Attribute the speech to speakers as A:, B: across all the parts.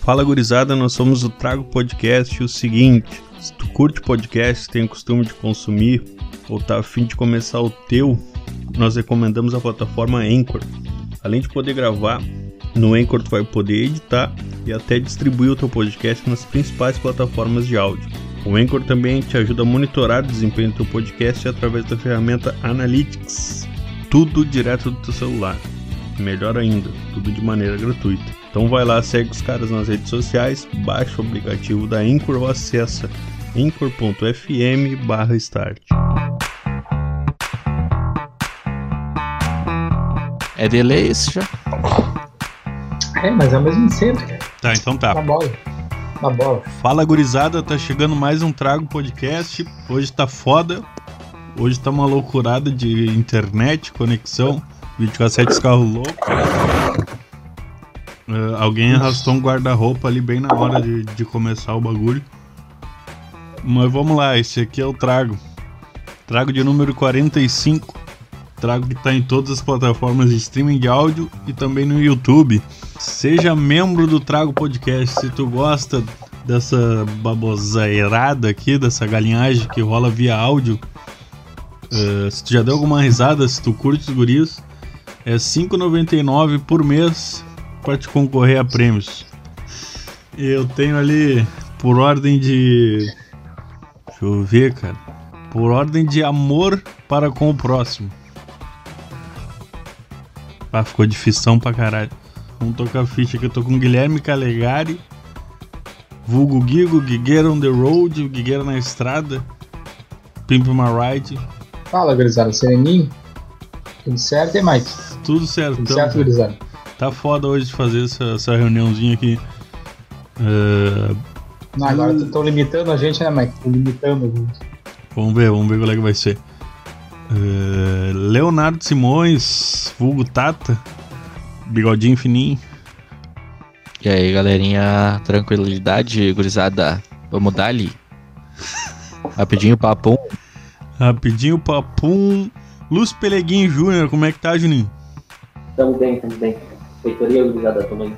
A: Fala gurizada, nós somos o Trago Podcast. E o seguinte, se tu curte podcast, tem o costume de consumir ou tá afim de começar o teu, nós recomendamos a plataforma Anchor. Além de poder gravar, no Anchor tu vai poder editar e até distribuir o teu podcast nas principais plataformas de áudio. O Anchor também te ajuda a monitorar o desempenho do teu podcast através da ferramenta Analytics. Tudo direto do teu celular. Melhor ainda, tudo de maneira gratuita. Então vai lá, segue os caras nas redes sociais, baixa o aplicativo da Anchor ou acessa anchor.fm barra start.
B: É delay esse já?
C: É, mas é o mesmo de sempre, cara.
A: Tá, então
C: Na bola. Na bola.
A: Fala gurizada, tá chegando mais um Trago Podcast. Hoje tá foda. Hoje tá uma loucurada de internet, conexão, videocassetes carro louco. Ah, alguém arrastou um guarda-roupa ali bem na hora de, de começar o bagulho. Mas vamos lá, esse aqui é o Trago. Trago de número 45. Trago que tá em todas as plataformas de streaming de áudio e também no YouTube. Seja membro do Trago Podcast. Se tu gosta dessa babosairada aqui, dessa galinhagem que rola via áudio. eh, se tu já deu alguma risada, se tu curte os guris, é R$ 5,99 por mês para te concorrer a prêmios. Eu tenho ali, por ordem de. Deixa eu ver, cara. Por ordem de amor para com o próximo. Ah, ficou difícil pra caralho. Vamos tocar a ficha que eu tô com Guilherme Calegari, Vulgo Gigo, Guigueira on the Road, Guigueira na Estrada, Pimp My Ride,
C: Fala, gurizada. Sereninho. Tudo certo, e Mike?
A: tudo
C: Tudo
A: certão.
C: certo,
A: cara.
C: gurizada.
A: Tá foda hoje de fazer essa, essa reuniãozinha aqui. Ah,
C: Não, agora estão limitando a gente, né, Mike? Estão limitando a gente.
A: Vamos ver, vamos ver qual é que vai ser. Eh, Leonardo Simões, vulgo Tata, bigodinho fininho.
B: E aí, galerinha, tranquilidade, gurizada. Vamos dar ali. Rapidinho, papo.
A: Rapidinho, papum. Luz Peleguinho Júnior, como é que tá, Juninho?
D: Tamo bem, tamo bem. Feitoria organizada também.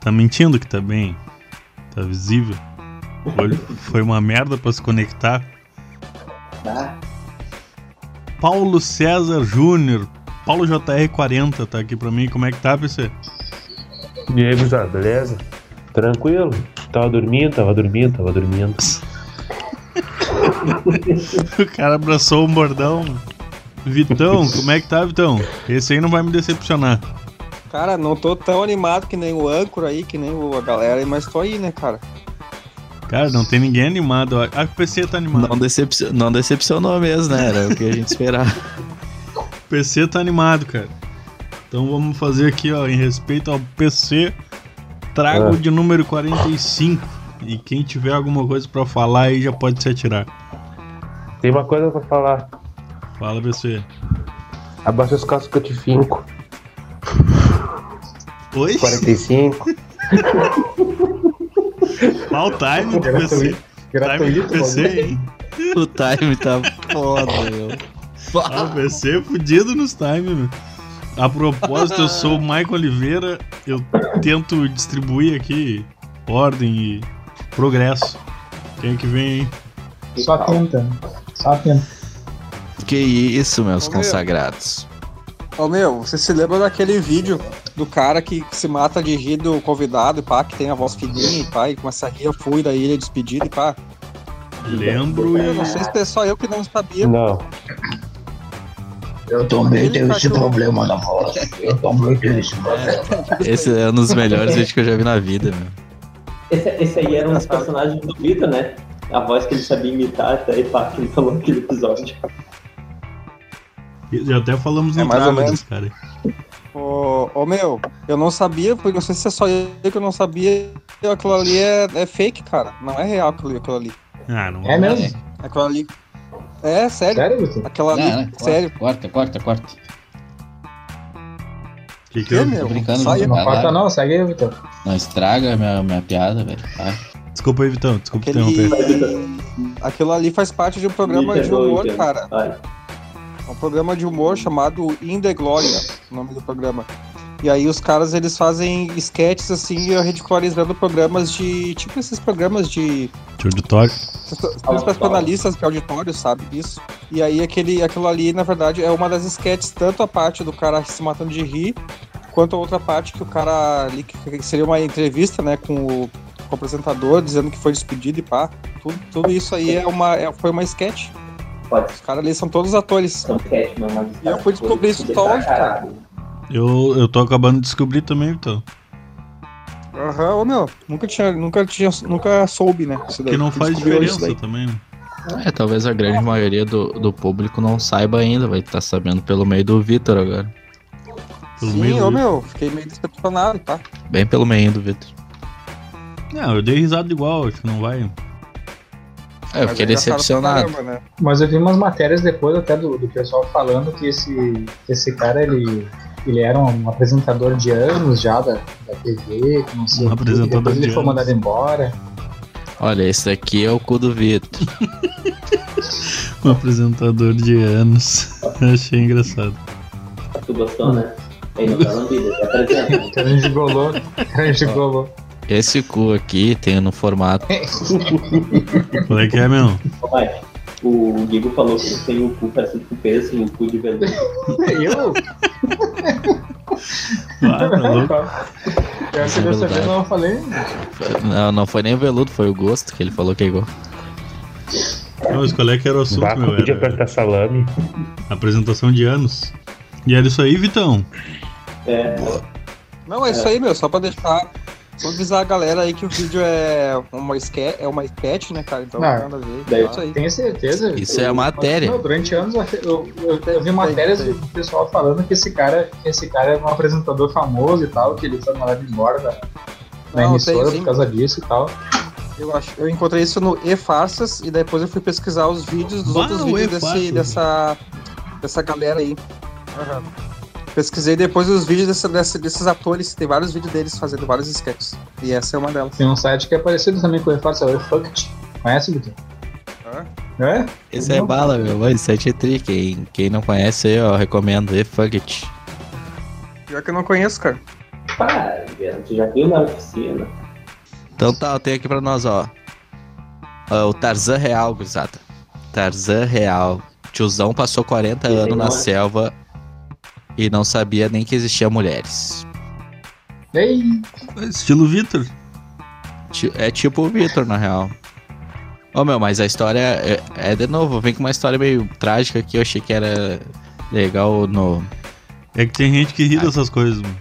A: Tá mentindo que tá bem? Tá visível? Foi, foi uma merda pra se conectar.
D: Tá?
A: Paulo César Júnior, Paulo JR40 tá aqui pra mim. Como é que tá, PC?
E: E aí, gurizada, beleza? Tranquilo? Tava dormindo, tava dormindo, tava dormindo.
A: O cara abraçou o bordão. Vitão, como é que tá, Vitão? Esse aí não vai me decepcionar.
F: Cara, não tô tão animado que nem o âncora aí, que nem o- a galera, aí, mas tô aí, né, cara?
A: Cara, não tem ninguém animado. ó. Ah, o PC tá animado.
B: Não, decepcio- não decepcionou mesmo, né? Era o que a gente esperava.
A: O PC tá animado, cara. Então vamos fazer aqui, ó, em respeito ao PC, trago
E: Ah.
F: É.
A: de número 45. E quem tiver alguma coisa pra falar aí já pode se atirar.
E: Tem uma coisa pra falar.
A: Fala, PC.
E: Abaixa os cascos que eu te finco.
A: Oi?
E: 45.
A: Mal time do PC. Time do
C: Gratuito. Gratuito.
A: PC,
C: mano.
A: hein?
B: O time tá foda, meu.
A: Ah, o PC é fudido nos times, meu. A propósito, eu sou o Michael Oliveira. Eu tento distribuir aqui ordem e progresso. Quem é que vem, hein?
C: Só tenta. Só tenta.
B: Que isso, meus
F: Ô, meu.
B: consagrados.
F: Ô meu, você se lembra daquele vídeo do cara que se mata de rir do convidado e pá, que tem a voz fininha e pá, e começa a rir, eu fui da ilha despedida e pá.
A: Lembro
F: Eu
A: e.
F: não sei se é só eu que não sabia.
E: Não.
G: Eu também
F: Ele
G: tenho esse
F: cachorro.
G: problema na voz. Eu também tenho esse problema.
B: Esse é um dos melhores vídeos que eu já vi na vida, meu.
D: Esse, esse aí era um dos personagens do Vitor, né? A voz que ele sabia imitar, até aí pá, que ele falou naquele episódio.
A: Já até falamos no
F: tá. É mais ou
A: Travers,
F: menos.
A: cara.
F: Ô, ô meu, eu não sabia, porque não sei se é só eu que eu não sabia. Aquilo ali é, é fake, cara. Não é real aquilo, aquilo ali.
A: Ah, não.
C: É mesmo?
F: Aquilo ali. É, sério.
C: Sério, Vitor?
F: Aquilo
B: Ah,
F: ali,
B: né?
H: Não, não, corta,
F: sério.
H: Corta, corta, corta.
A: Que que
F: Que,
A: Então, eu-
F: meu?
H: brincando,
F: Só eu.
H: Vitor.
C: Não
H: Vai lá.
C: corta não, segue aí, Vitor.
H: Não estraga minha, minha piada, velho. tá?
A: Desculpa aí, Vitão. Desculpa interromper.
F: Aquele... Aquilo ali faz parte de um programa
D: Vitor,
F: de
D: não,
F: humor,
D: Vitor.
F: cara.
D: Vai.
F: É um programa de humor chamado In The Glória, o nome do programa. E aí os caras, eles fazem sketches, assim, ridicularizando programas de... Tipo esses programas de
A: De auditório.
F: Filmes para jornalistas que é auditório, sabe? Isso. E aí aquele, aquilo ali, na verdade, é uma das esquetes, tanto a parte do cara se matando de rir, quanto a outra parte que o cara ali, que que seria uma entrevista, né, com o, com o apresentador, dizendo que foi despedido e pá. Tudo, tudo isso aí é uma, é- foi uma esquete.
D: Pode
F: Os caras ali são todos atores.
D: São cat, meu mas. tá
F: E eu fui descobrir isso só hoje, cara.
A: Eu, eu tô acabando de descobrir também, Vitão.
F: Aham, ô meu, nunca tinha, nunca tinha, nunca soube, né? isso daí.
A: Que não faz
F: Descobriu isso
A: diferença também, né?
B: É, talvez a grande maioria do, do público não saiba ainda, vai estar sabendo pelo meio do Vitor agora.
A: Pelo
F: Sim,
A: meio
F: ô
A: do-
F: meu, fiquei meio decepcionado, tá?
B: Bem pelo meio do Vitor.
A: Não, eu dei risada igual, acho que não vai. Um
B: É, eu
F: Mas
B: fiquei
F: é engraçado pra
B: decepcionado.
F: caramba, né?
C: Mas eu vi umas matérias depois até do, do pessoal falando que esse, que esse cara, ele, ele era um apresentador de anos já da, da TV, que não sei
A: Um
C: o quê,
A: apresentador
C: depois ele
A: de
C: foi
A: anos.
C: mandado embora.
B: Olha, esse aqui é o cu do Vitor.
A: Um apresentador de anos. Achei engraçado.
D: Tu gostou, né? Ele não tá no vídeo, tá
C: O
D: apresentando.
C: cara gigolou, o cara gigolou.
B: Esse cu aqui tem no formato.
A: Qual é que é, meu?
D: Vai. O Guigo falou que ele tem o cu parecido com o peso e o cu de verdade.
F: É
C: Eu?
A: Ah, tá louco.
C: Eu acho que dessa vez não falei.
B: Não, não foi nem o veludo, foi o gosto que ele falou que é igual.
A: Não, mas qual é que era o assunto,
E: Baco
A: meu?
E: podia
A: Era
E: apertar salame.
A: apresentação de anos. E era isso aí, Vitão?
D: É,
F: Não, é, isso aí, meu, só pra deixar. Só avisar a galera aí que o vídeo é uma sketch, é uma sketch, né, cara? Então
C: Não,
F: nada a ver.
D: daí-
F: é isso aí.
C: Tenho certeza.
B: Isso é a matéria.
C: Não, durante anos eu, eu- eu vi matérias do pessoal falando que esse cara, que esse cara é um apresentador famoso e tal, que ele foi mandado embora da, da
F: Não,
C: emissora
F: tem sim.
C: por causa disso e tal.
F: Eu, acho, eu encontrei isso no E-Farsas e depois eu fui pesquisar os vídeos dos
A: Bah,
F: outros
A: o
F: vídeos
A: E-Farsas,
F: desse,
A: né?
F: dessa, dessa galera aí. Pesquisei depois os vídeos dessa- dessa- desses atores, tem vários vídeos deles fazendo vários sketches. E essa é uma delas.
C: Tem um site que é parecido também com o Reforço, é o Fucked. Conhece, Vitor? É?
B: Esse é bala, meu. Mano, Isso é tri. Quem, quem não conhece aí, ó, recomendo. E fuck it.
F: Pior que eu não conheço, cara.
D: pá, tu já viu na oficina?
B: Então tá, tem aqui pra nós, ó. Ó, o Tarzan Real, gurizada. Tarzan Real. Tiozão passou 40
D: Que
B: anos na
D: legal.
B: selva e não sabia nem que existia mulheres.
C: Ei,
A: Estilo Vitor.
B: Ti- É tipo o Vitor, na real. Ô meu, mas a história é, é de novo, vem com uma história meio trágica que eu achei que era legal no.
A: É que tem gente que ri dessas coisas, mano.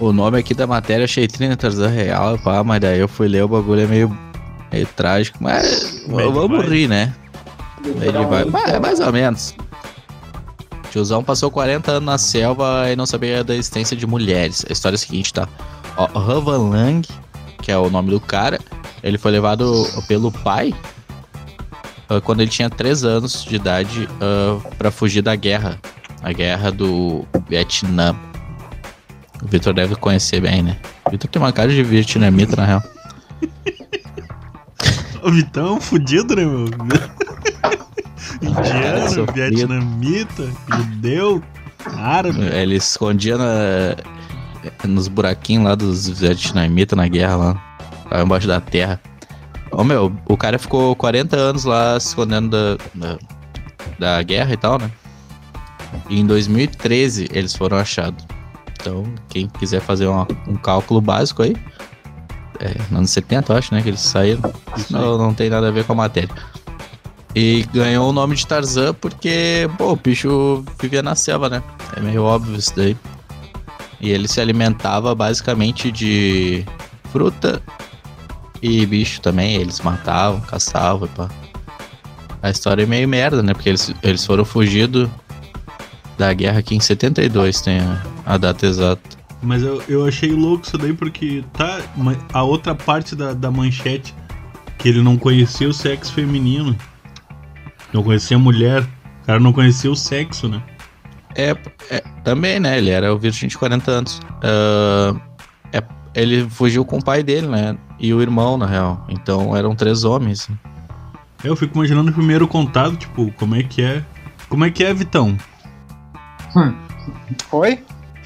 B: O nome aqui da matéria eu achei Trina Tarzan Real, pá, mas daí eu fui ler o bagulho é meio, meio trágico, mas
A: Bem
B: vamos
A: demais.
B: rir, né? Ele vai. Mas é mais ou menos. Tiozão passou 40 anos na selva e não sabia da existência de mulheres. A história é a seguinte, tá? Ó, Ravan Lang, que é o nome do cara, ele foi levado uh, pelo pai ah, quando ele tinha 3 anos de idade para fugir da guerra. A guerra do Vietnã. O Vitor deve conhecer bem, né? O Vitor tem uma cara de vietnamita, na real.
A: O Vitão é um fudido, né, meu?
B: Cara,
A: Indiano,
B: sofrido.
A: vietnamita, judeu, árabe.
B: Ele escondia na- nos buraquinhos lá dos vietnamitas na guerra lá. Lá embaixo da terra. Ô meu, o cara ficou 40 anos lá se escondendo da, da, da guerra e tal, né? E em 2013 eles foram achados. Então, quem quiser fazer uma- um cálculo básico aí. É, anos 70, eu acho, né? Que eles saíram. Não, não tem nada a ver com a matéria. E ganhou o nome de Tarzan porque, pô, o bicho vivia na selva, né? É meio óbvio isso daí. E ele se alimentava basicamente de fruta e bicho também. Eles matavam, caçavam e pá. A história é meio merda, né? Porque eles, eles foram fugidos da guerra aqui em 72, tem a, a data exata.
A: Mas eu, eu achei louco isso daí porque tá. ma- A outra parte da, da manchete que ele não conhecia o sexo feminino. Não conhecia a mulher. O cara não conhecia o sexo, né?
B: É, é, também, né? Ele era o virgem de 40 anos. Ah, é, ele fugiu com o pai dele, né? E o irmão, na real. Então eram três homens.
A: Eu fico imaginando o primeiro contato, tipo, como é que é. Como é que é, Vitão?
F: Oi?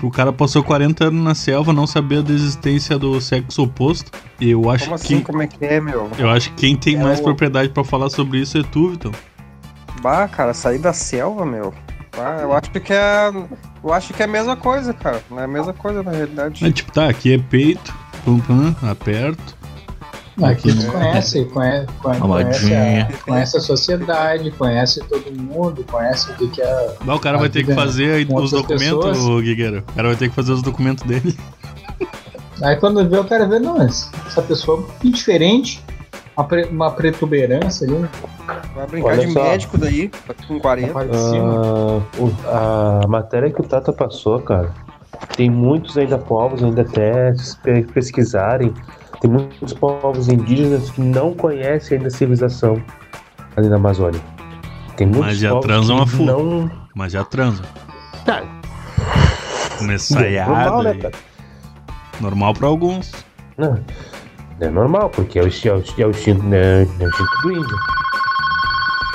A: O cara passou 40 anos na selva, não sabia da existência do sexo oposto. E eu acho
F: Como
A: que.
F: assim? Como é que é, meu?
A: Eu acho que quem tem
F: É
A: mais
F: o-
A: propriedade pra falar sobre isso é tu, Vitão.
F: Bah, cara, sair da selva, meu. Bah, eu acho que é. Eu acho que é a mesma coisa, cara. Não é a mesma coisa, na realidade.
A: É, tipo, tá, aqui é peito, pum, pum, aperto. Ah,
C: Aqui tu conhece, conhece, conhece, conhece,
B: Mamadinha.
C: a, conhece a sociedade, conhece todo mundo, conhece o que, que é.
A: Não, o cara
C: A
A: vai ter que
C: vida
A: fazer aí
C: com
A: os
C: outras
A: documentos,
C: pessoas.
A: ô Guigueira. O cara vai ter que fazer os documentos dele.
C: Aí quando vê, o cara vê, não, essa essa pessoa é um pouquinho diferente, uma, pre- uma protuberância ali né? na
F: Vai brincar
E: Olha
F: de
E: só.
F: médico daí, com 40.
C: parte de cima.
E: Ah, o- a matéria que o Tata passou, cara, tem muitos ainda povos, ainda até se pe- pesquisarem, tem muitos povos indígenas que não conhecem ainda a civilização ali na Amazônia. Tem muitos
A: Mas já
E: povos
A: transam
E: que
A: a full.
E: não...
A: Mas já transa.
E: Tá.
A: Começaiada.
E: normal, né,
A: e-
E: cara?
A: normal pra alguns.
E: Não. É normal, porque é o instinto, é o instinto, é o instinto, né, é o instinto do índio.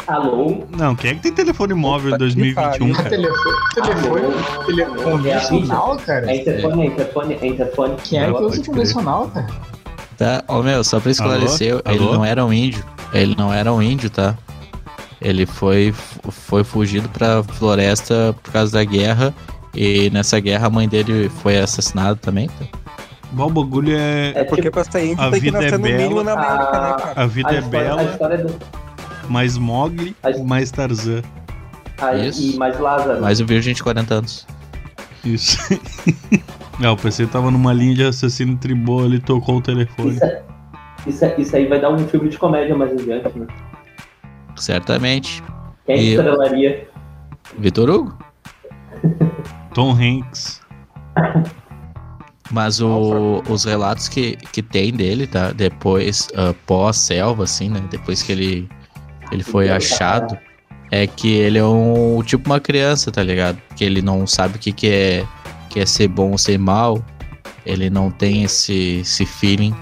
D: Alô?
A: Não, quem é que tem telefone móvel em
F: Puta que
A: 2021,
F: pariu.
C: Ah,
A: cara?
C: telefone, telefone, telefone convencional, cara.
D: É interfone, é interfone, é interfone.
C: Quem é que
A: Pode
C: usa
A: crer.
C: convencional, cara?
B: Tá, ô meu, só pra esclarecer,
A: Alô?
B: ele
A: Alô?
B: não era um índio. Ele não era um índio, tá? Ele foi, foi fugido pra floresta por causa da guerra. E nessa guerra a mãe dele foi assassinada também. Tá?
A: Bom, o bagulho é.
D: É
F: Porque
D: tipo,
F: pra ser
A: A
F: índio tem que
A: vida é
F: nascer no
A: bela.
F: mínimo na América,
D: Ah.
F: né, cara?
A: A vida
D: a
A: é
D: história, a
A: bela,
D: história do.
A: mais Mogli,
D: a-
A: mais Tarzan.
D: a-
B: Isso.
D: E mais Lázaro.
B: Mas eu vi gente um de 40 anos.
A: Isso. Não, o PC tava numa linha de assassino tribô ali, tocou o telefone.
D: Isso, é- isso, é- isso aí vai dar um filme de comédia mais adiante, né?
B: Certamente.
D: Quem
B: E eu-
D: estrelaria?
B: Vitor Hugo?
A: Tom Hanks.
B: Mas o- os relatos que, que tem dele, tá? Depois, ah, pós-selva, assim, né? Depois que ele, ele foi achado, é que ele é um tipo uma criança, tá ligado? Que ele não sabe o que, que, é, que é ser bom ou ser mal. Ele não tem esse, esse feeling.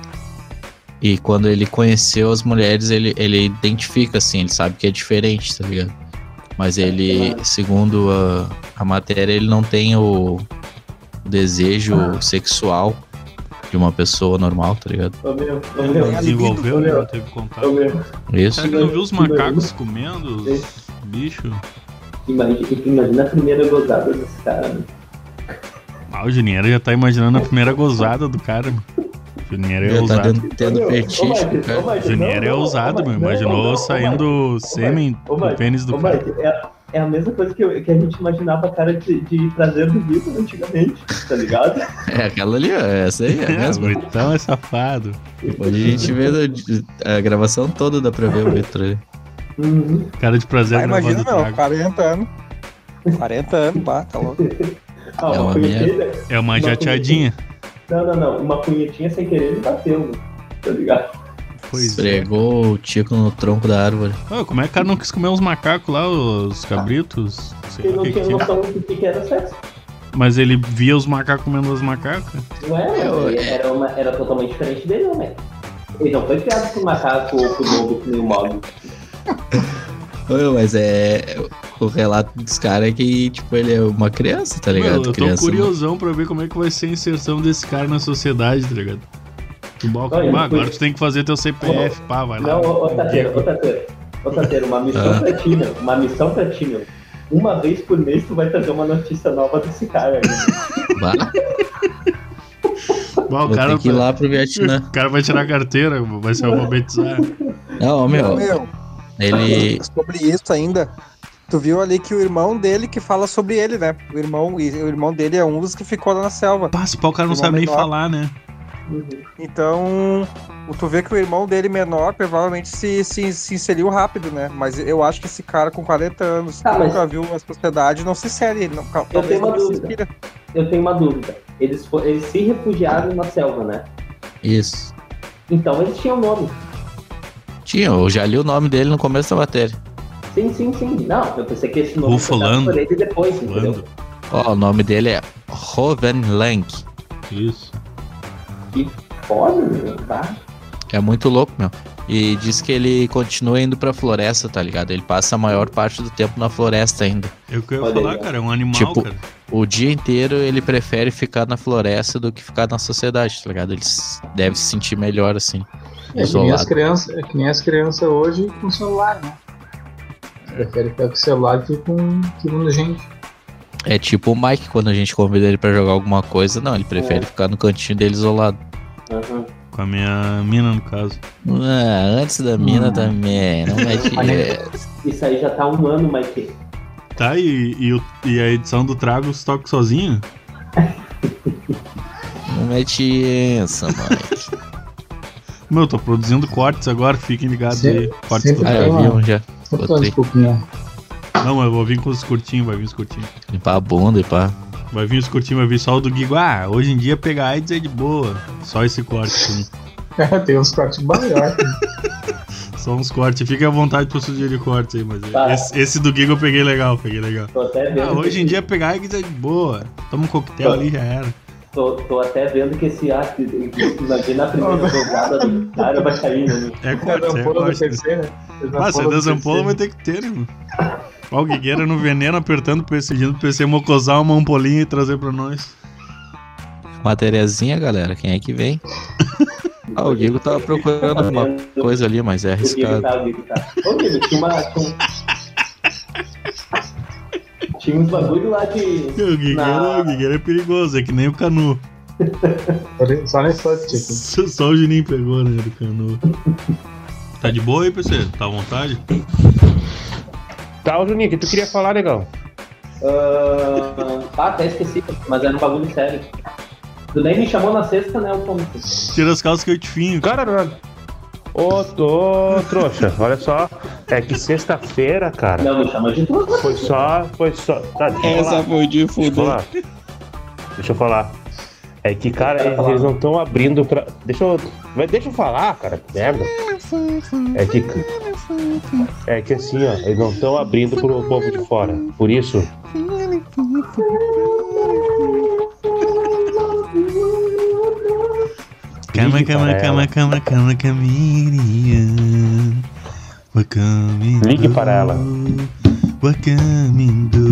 B: E quando ele conheceu as mulheres, ele, ele identifica, assim, ele sabe que é diferente, tá ligado?
A: É,
B: Mas ele, segundo a, a matéria, ele não tem o, o desejo
A: Ah.
B: sexual de uma pessoa normal, tá ligado?
D: Ô meu, ô meu,
F: É a libido,
A: Desenvolveu, né?
D: meu.
A: Não teve
D: ô
A: contato.
D: meu.
B: Isso.
A: Será que não viu os
D: Que doido.
A: macacos comendo os bichos?
D: Imagina, imagina a primeira gozada desse cara, né?
A: Ah, o Juninho já tá imaginando a primeira gozada do cara. mano. O Juninho é
B: Já tá
A: ousado.
B: tendo, tendo
D: Ô, meu, ô,
B: fetiche com o
D: Mike,
B: cara.
D: ô, Mike,
A: O Juninho
D: não,
A: é
D: não, ô,
A: ousado,
D: Mike,
A: mano.
D: não,
A: Imaginou
D: não, ô, Mike,
A: saindo sêmen
D: ô,
A: do
D: Mike,
A: pênis do
D: ô,
A: cara.
D: Mike, é, é a mesma coisa que, eu- que a gente imaginava a cara de, de trazer do Vitor antigamente, tá ligado?
B: É aquela ali, ó. Essa aí é
A: É, o
B: mesmo.
A: Vitão é safado.
B: Hoje a gente vê a gravação toda, dá pra ver o né? Vitor ali.
D: Uhum.
A: Cara de prazer
F: Ah,
A: gravando
F: imagina, meu,
A: trago.
F: 40 anos. 40 anos, bah, tá louco.
D: Ah,
B: É uma
D: uma punhetinha.
A: É uma jateadinha.
D: Não, não, não. Uma punhetinha sem querer ele bateu, né? tá ligado?
A: Pois é.
B: Esfregou o Tico no tronco da árvore.
A: Ô, como é que o cara não quis comer os macacos lá, os cabritos? Sei
D: Ele
A: lá o que
D: não
A: que tinha.
D: tinha noção do que que era sexo.
A: Mas ele via os macacos comendo as macacas?
D: Não era,
A: É,
B: Eu-
D: ele era, uma, era totalmente diferente dele, né? Ele não foi criado por um macaco ou por um lobo, que nem o Mogli.
B: Ô, Mas é. O relato dos caras é que, tipo, ele é uma criança, tá ligado?
A: Mano, eu tô
B: criança,
A: curiosão pra ver como é que vai ser a inserção desse cara na sociedade, tá ligado? Tu balca,
D: Olha,
A: ah, agora
D: foi-
A: tu tem que fazer teu CPF, pá, vai lá.
D: Não, ô, ô Tateiro, ô Tateiro, ô Tateiro, uma missão
B: Ah.
D: pra ti, meu. Uma missão pra ti, meu. Uma vez por mês tu vai trazer uma notícia nova desse cara. né?
B: Bah,
A: Bah, o,
B: vou
A: cara,
B: ter que ir lá né? pro Vietnã.
A: o cara vai tirar a carteira, vai se alfabetizar.
B: Não, ô, meu,
F: Meu,
B: ele.
F: sobre isso ainda, tu viu ali que o irmão dele que fala sobre ele, né? O irmão, e o irmão dele é um dos que ficou lá na selva.
A: Passa pau, o cara não
F: Irmão
A: sabe nem
F: menor.
A: falar, né?
C: É
F: Então, o- tu vê que o irmão dele menor provavelmente se, se, se inseriu rápido, né? Mas eu acho que esse cara com 40 anos
D: Tá, mas-
F: nunca viu a sociedade, não se insere. ele Não, talvez
D: uma
F: não se
D: dúvida.
F: inspira.
D: Eu tenho uma dúvida. Eles, fo- eles se refugiaram na selva, né?
B: Isso.
D: Então eles tinham nome.
B: Tinha, eu já li o nome dele no começo da matéria.
D: Sim, sim, sim. Não, eu pensei que esse nome
A: O
D: foi dado
A: fulano.
D: por ele depois, entendeu?
A: Falando.
B: Ó, o nome dele é Roven Lank.
A: Isso.
D: Foda, meu. Tá?
B: É muito louco, meu. E diz que ele continua indo pra floresta, tá ligado? Ele passa a maior parte do tempo na floresta ainda.
A: É o que eu ia
D: Olha aí,
A: falar,
D: ó.
A: cara, é um animal,
B: Tipo,
A: cara.
B: o dia inteiro ele prefere ficar na floresta do que ficar na sociedade, tá ligado? Ele s- deve se sentir melhor assim,
C: É que, nem as
B: isolado.
C: crianças, é que nem as crianças hoje com celular, né? Prefere ficar com o celular do que com, que com gente.
B: É tipo o Mike quando a gente convida ele pra jogar alguma coisa, não, ele prefere ficar no cantinho dele isolado.
D: Aham.
A: Com a minha mina, no caso.
B: Ah, antes da mina também, não mete essa.
D: Isso aí já tá um ano, Mike.
A: Tá, e, e, o- e a edição do Trago se toca sozinha?
B: Não mete essa, Mike.
A: Meu, tô produzindo cortes agora, fiquem ligados
C: Sempre-
A: aí. Cortes
C: sempre
A: do
B: Ah,
A: Trago.
B: eu vi um já.
C: Só
B: Botei.
C: uma desculpinha.
A: Não, mas eu vou vir com os curtinhos, vai vir os curtinhos.
B: Limpar a bunda e pá.
A: Vai vir os curtinhos, vai vir só o do Guigo. Ah, hoje em dia pegar AIDS é de boa. Só esse corte, assim. sim.
C: Cara, né? tem uns cortes maiores. né?
A: Só uns cortes. Fica à vontade pra sugerir cortes aí, mas
D: Tá.
A: esse, esse do Guigo eu peguei legal, peguei legal.
D: Tô até vendo.
A: Ah, hoje em
D: que-
A: dia pegar AIDS é de boa. Toma um coquetel ali, já era.
D: Tô, tô até vendo que esse ato, imagina a primeira jogada do cara vai cair, né?
A: É
C: Cada
A: corte, é
C: ampola do
A: corte. né?
C: PC, né?
A: Ah, se é das ampolas vai ter que ter, né, mano? Ó, o Guigueira no veneno apertando o PC, pedindo pro PC mocosar uma ampolinha e trazer pra nós.
B: Matériazinha, galera, quem é que vem? Ah, o Diego tava procurando alguma
D: coisa.
B: coisa ali, mas é
D: O Diego
B: arriscado.
D: tá, o Diego tá. Ô, Diego, tinha uma. Tinha, um- tinha uns bagulho lá de.
A: O Guigueira,
D: Não.
A: o Guigueira é perigoso, é que nem o Canu.
C: ter. Só nesse lance aqui.
A: Só só o Juninho pegou, né, do Canu. Tá de boa aí, PC? Tá à vontade?
E: Tá, ô Juninho, o que tu queria falar, legal?
D: Ah, ah, até esqueci, mas era um bagulho sério. Tu nem me chamou na sexta, né, o Tom?
A: Tira as calças que eu te finho.
E: Cara, não- é. ô, ô trouxa, olha só. É que sexta-feira, cara,
D: Não, me chama de tu.
E: foi só. Foi só. Tá, deixa eu falar.
F: Essa foi de
E: Deixa eu
F: fuder.
E: falar. Deixa eu falar. É que, cara,
D: Cara, fala.
E: eles não estão abrindo pra. Deixa eu. Mas deixa eu falar, cara. que Merda. É que. É que assim, ó, eles não estão abrindo pro povo de fora. Por isso.
A: Cama,
E: Ligue
A: cama,
E: para
A: cama,
E: ela.
A: cama, cama, camirinha. Wakamindo.
E: Ligue para ela.
A: Wakamindo.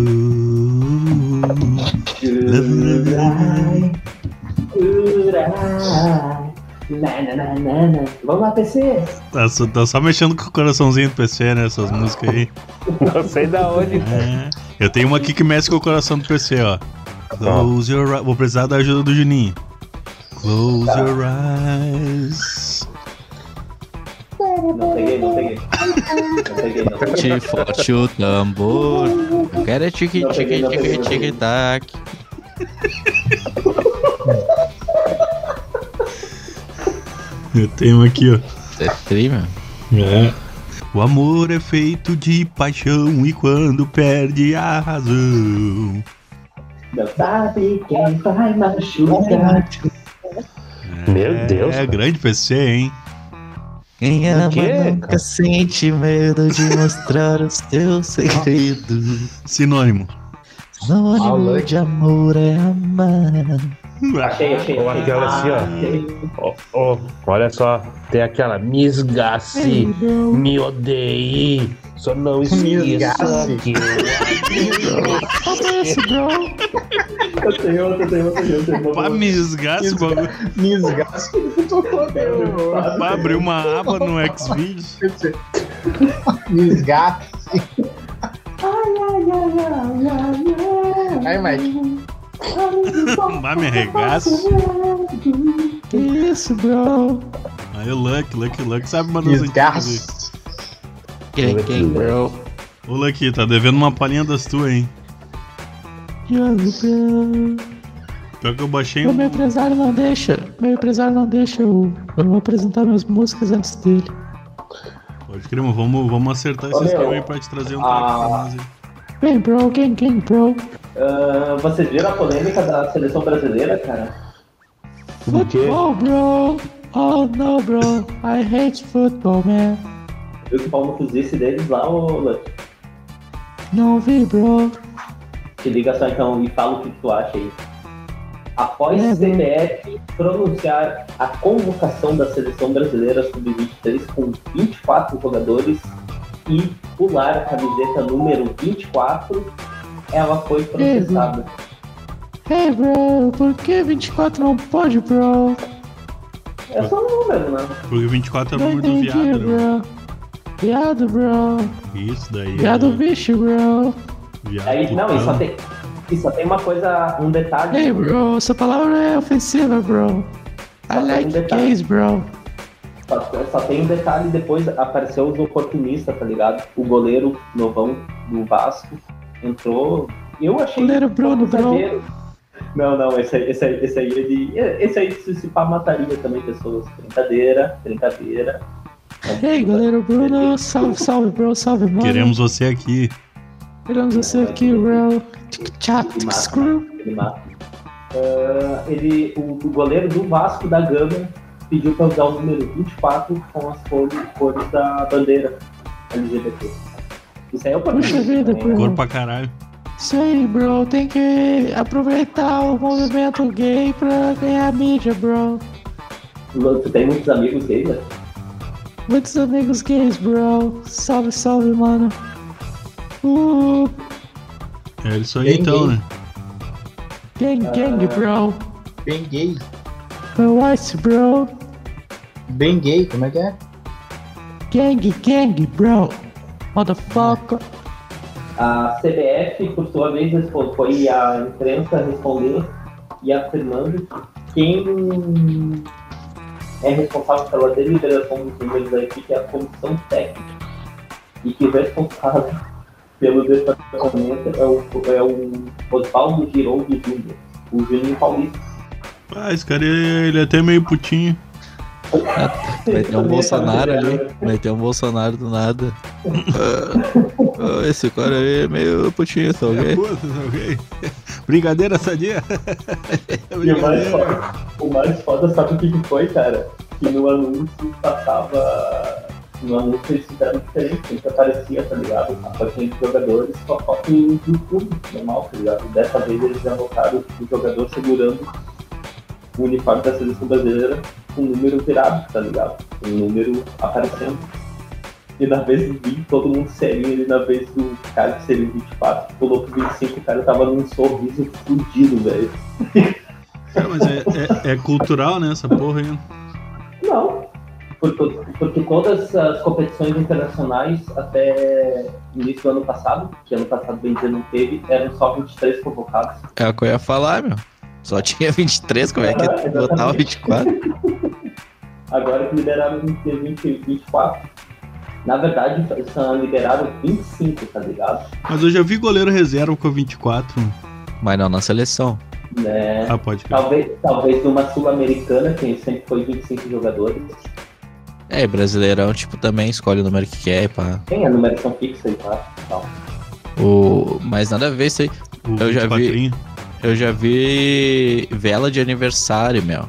D: Vamos lá, PC.
A: Tá só, tá só mexendo com o coraçãozinho do PC, né? Essas músicas aí.
E: Não sei da onde.
A: É. Eu tenho uma aqui que mexe com o coração do PC, ó. Close your eyes. Vou precisar da ajuda do Juninho. Close your eyes.
D: Não peguei, não peguei. Não peguei, não.
B: Te forte o tambor. Eu quero é tique,
D: Não,
B: tique,
D: peguei, não,
B: tique, tique,
D: peguei,
B: tac.
A: Eu tenho uma aqui, ó.
B: É tri, meu.
A: O amor é feito de paixão e quando perde a razão.
D: Não sabe quem vai machucar.
E: Meu Deus.
A: É
E: cara.
A: grande PC, hein?
B: Quem ama
E: quê,
B: nunca
E: cara?
B: sente medo de mostrar o seu segredo.
A: Sinônimo.
B: Sinônimo de amor é amar.
D: Achei, achei.
E: Ou
D: achei. Ah,
E: aquela assim, ó.
D: achei.
E: Ó, ó, olha só. Tem aquela. Me esgace. Me odeie. Só não esqueça
C: esgace.
E: que.
D: Eu tenho outra, eu tenho outra, eu tenho outra.
A: Pra me esgaço, esse bagulho.
C: Misgaço.
A: Pra abrir uma aba no Xvideos.
C: Misgaço. Ai, Mike.
A: Pra me arregaço.
B: Que isso, bro?
A: Aí o Luck, Luck, Luck sabe mandar os antigos
C: Misgaço.
B: Quem, quem, bro?
A: aí. Ô Luck, tá devendo uma palhinha das tuas, hein?
B: Diogo, bro.
A: Pior que eu baixei
B: Meu
A: um.
B: empresário não deixa. Meu empresário não deixa eu. Eu vou apresentar minhas músicas antes dele.
A: Pode crer, mas vamos, vamos acertar esse
D: Ô, meu,
A: esquema aí pra te trazer um track pra nós aí.
B: Quem, bro? Quem, quem, bro?
D: Ah, vocês viram a polêmica da seleção brasileira, cara?
E: Do quê?
B: Football, bro. Oh, no, bro. I hate football, man.
D: Eu que o Paulo fuzisse deles lá, ô Lã.
B: Não vi, bro.
D: Te liga só então e fala o que tu acha aí. Após
B: É,
D: o CBF pronunciar a convocação da seleção brasileira sub-23 com 24 jogadores e pular a camiseta número 24, ela foi processada.
B: Hey, bro, por que 24 não pode, bro?
D: É só um número, né?
A: Porque 24 é o número do viado, né?
B: Viado, bro.
A: Isso daí.
B: Viado
A: é...
B: bicho, bro.
A: viado
D: Aí, não, e só tem. E só tem uma coisa, um detalhe.
B: Hey, bro, essa palavra é ofensiva, bro. I like gays, bro.
D: Só, só tem um detalhe, depois apareceu os oportunistas, tá ligado? O goleiro novão do Vasco entrou. Eu achei.
B: Goleiro Bruno, bro.
D: Zagueiro- Não, não, esse, aí- esse, aí- esse aí ele. Esse aí se, se pá mataria também pessoas. Brincadeira, brincadeira.
B: Hey, goleiro Bruno, salve, salve, bro, salve, mano.
A: Queremos você aqui.
B: Queremos você aqui, bro. Tchau, screw.
D: Ele mata. Ah, ele, o, o goleiro do Vasco da Gama pediu pra usar o número 24 com as cores, cores da bandeira LGBT. Isso aí é o
B: Puxa vida, bro.
A: Cor pra caralho.
B: Isso aí, bro. Tem que aproveitar o movimento gay pra ganhar mídia, bro.
D: Tu tem muitos amigos gays, né?
B: Muitos amigos gays, bro. Salve, salve, mano. Uh,
A: É isso aí
C: Tem
A: então,
C: gay.
A: né?
B: gang, gang, bro.
C: Bem gay.
B: My wife, bro.
C: Bem gay, como é que é?
B: Gang, gang, bro. Motherfucker.
D: A CBF, por sua vez, respon- foi a imprensa respondendo e afirmando quem é responsável pela deliberação dos números da equipe é a comissão técnica e que o responsável pelo departamento é o, é o Oswaldo Giroud Júnior, o Juninho Paulista.
A: Ah, esse cara ele é até meio putinho.
B: Vai ter um Bolsonaro ali. Vai ter um Bolsonaro do nada. Ah, ah, esse cara aí é meio putinho, tá
A: É,
B: ok?
A: pô, tá ok? Brincadeira, sadia.
D: E o mais
A: Brincadeira.
D: foda, o mais foda sabe o que que foi, cara? Que no anúncio passava. No anúncio eles fizeram diferente, sempre aparecia, tá ligado? A fotinha de jogadores com a foto do clube, normal, tá ligado? Dessa vez eles já botaram o jogador segurando o uniforme da seleção brasileira com o número virado, tá ligado? Com o número aparecendo. E na vez do 20, todo mundo serinho, e na vez do cara que seria o 24, colocou o 25, o cara tava num sorriso fudido, velho.
A: É, mas é, é- é cultural, né? Essa porra aí.
D: Não. Porque, porque todas as competições internacionais até início do ano passado, que ano passado bem dizer não teve, eram só 23 convocados.
B: É o que eu ia falar, meu. Só tinha 23, como é que
D: Aham,
B: botar o
D: exatamente.
B: 24?
D: Agora que liberaram 20, 20, 24. Na verdade, são- liberaram 25, tá ligado?
A: Mas eu já vi goleiro reserva com a 24.
B: Mas não na seleção.
D: Né?
A: Ah, pode crer.
D: Talvez, talvez numa sul-americana, que sempre foi 25 jogadores.
B: É, e brasileirão, tipo, também escolhe o número que quer, pá.
D: Tem a numeração fixa e tal. tal.
B: O... Mas nada a ver isso aí.
A: O
B: Eu já vi.
A: 24.
B: Eu já vi vela de aniversário, meu.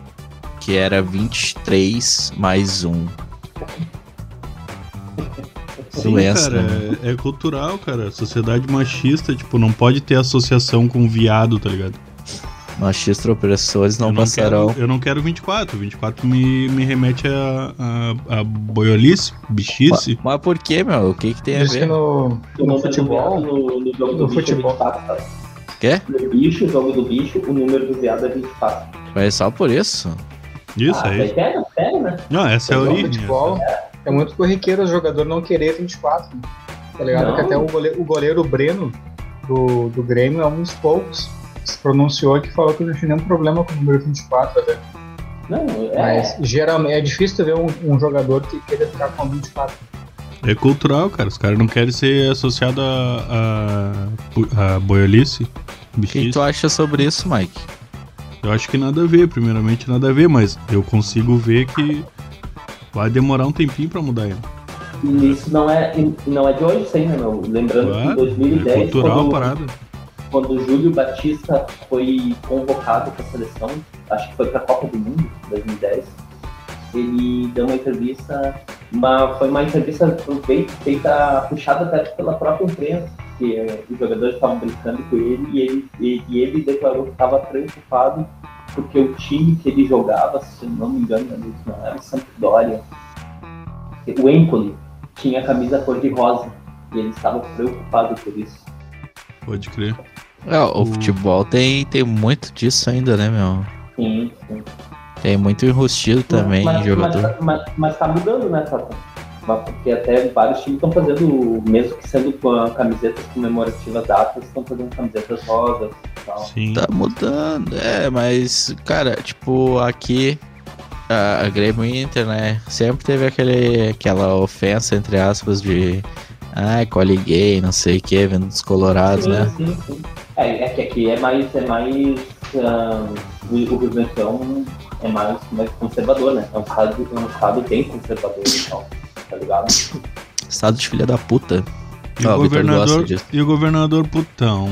B: Que era 23 mais um.
A: Sim,
B: Doença,
A: cara,
B: né?
A: é, é cultural, cara. Sociedade machista, tipo, não pode ter associação com viado, tá ligado?
B: Machistas opressores não,
A: eu, não
B: passarão.
A: quero, eu não quero 24. 24 me, me remete a, a, a boiolice,
B: Mas,
A: bichice.
B: mas por que, meu? O que, que tem a
C: Diz que
B: ver?
C: no,
D: O
C: no
D: número
C: futebol.
D: do viado no, no jogo
C: no
D: do bicho é
C: futebol.
D: 24, tá?
B: Quê?
D: No bicho, jogo do bicho, o número do viado é 24.
B: Mas só por isso?
A: Isso
D: Ah,
A: aí.
D: Pega, pega, né?
A: Não, essa é a
C: No
A: origem.
C: futebol é muito corriqueiro o jogador não querer 24. Tá ligado?
D: Não.
C: Que até o goleiro, o goleiro Breno do, do Grêmio é um dos poucos. que Se pronunciou que falou que não tinha nenhum problema com o número 24. Até.
D: Não, é.
C: Mas geralmente é difícil tu ver um, um jogador que queira ficar com 24.
A: É cultural, cara. Os caras não querem ser associados a, a, a boiolice,
B: O que, que
A: bichice.
B: tu acha sobre isso, Mike?
A: Eu acho que nada a ver, primeiramente nada a ver, mas eu consigo ver que vai demorar um tempinho pra mudar ele.
D: E isso não é, e não é de hoje, sim, né, meu? Lembrando que em
A: Claro, É
D: 2010,
A: cultural a
D: quando,
A: parada.
D: quando o Júlio Batista foi convocado para a seleção, acho que foi para a Copa do Mundo, 2010, ele deu uma entrevista, uma, foi uma entrevista feita, feita puxada até pela própria imprensa, que eh, os jogadores estavam brincando com ele e ele, e, e ele declarou que estava preocupado porque o time que ele jogava, se eu não me engano, não era o Sampdoria, o Empoli, tinha a camisa cor-de-rosa e ele estava preocupado por isso.
A: Pode crer.
B: É, o futebol tem, tem muito disso ainda, né, meu?
D: Sim, sim.
B: Tem muito enrustido também,
D: mas,
B: jogador.
D: Mas, mas, mas tá mudando, né, Tata? Mas Porque até vários times estão fazendo, mesmo que sendo com a- camisetas comemorativas datas, estão fazendo camisetas rodas e tal.
A: Sim.
B: Tá mudando, é, mas, cara, tipo, aqui a, a Grêmio e Inter, né? Sempre teve aquele, aquela ofensa, entre aspas, de. Ai, cole gay, não sei o que, vendo dos colorados,
D: sim,
B: né?
D: sim, sim. É, é que aqui é mais. É mais ah, o o Rio Grande do Sul é um- é mais, mais conservador, né? É um estado, é um estado bem conservador e tal, tá ligado?
B: Estado de filha da puta.
A: E,
B: Ah,
A: o
B: o Vitor gosta
A: governador,
B: disso.
A: e o governador putão.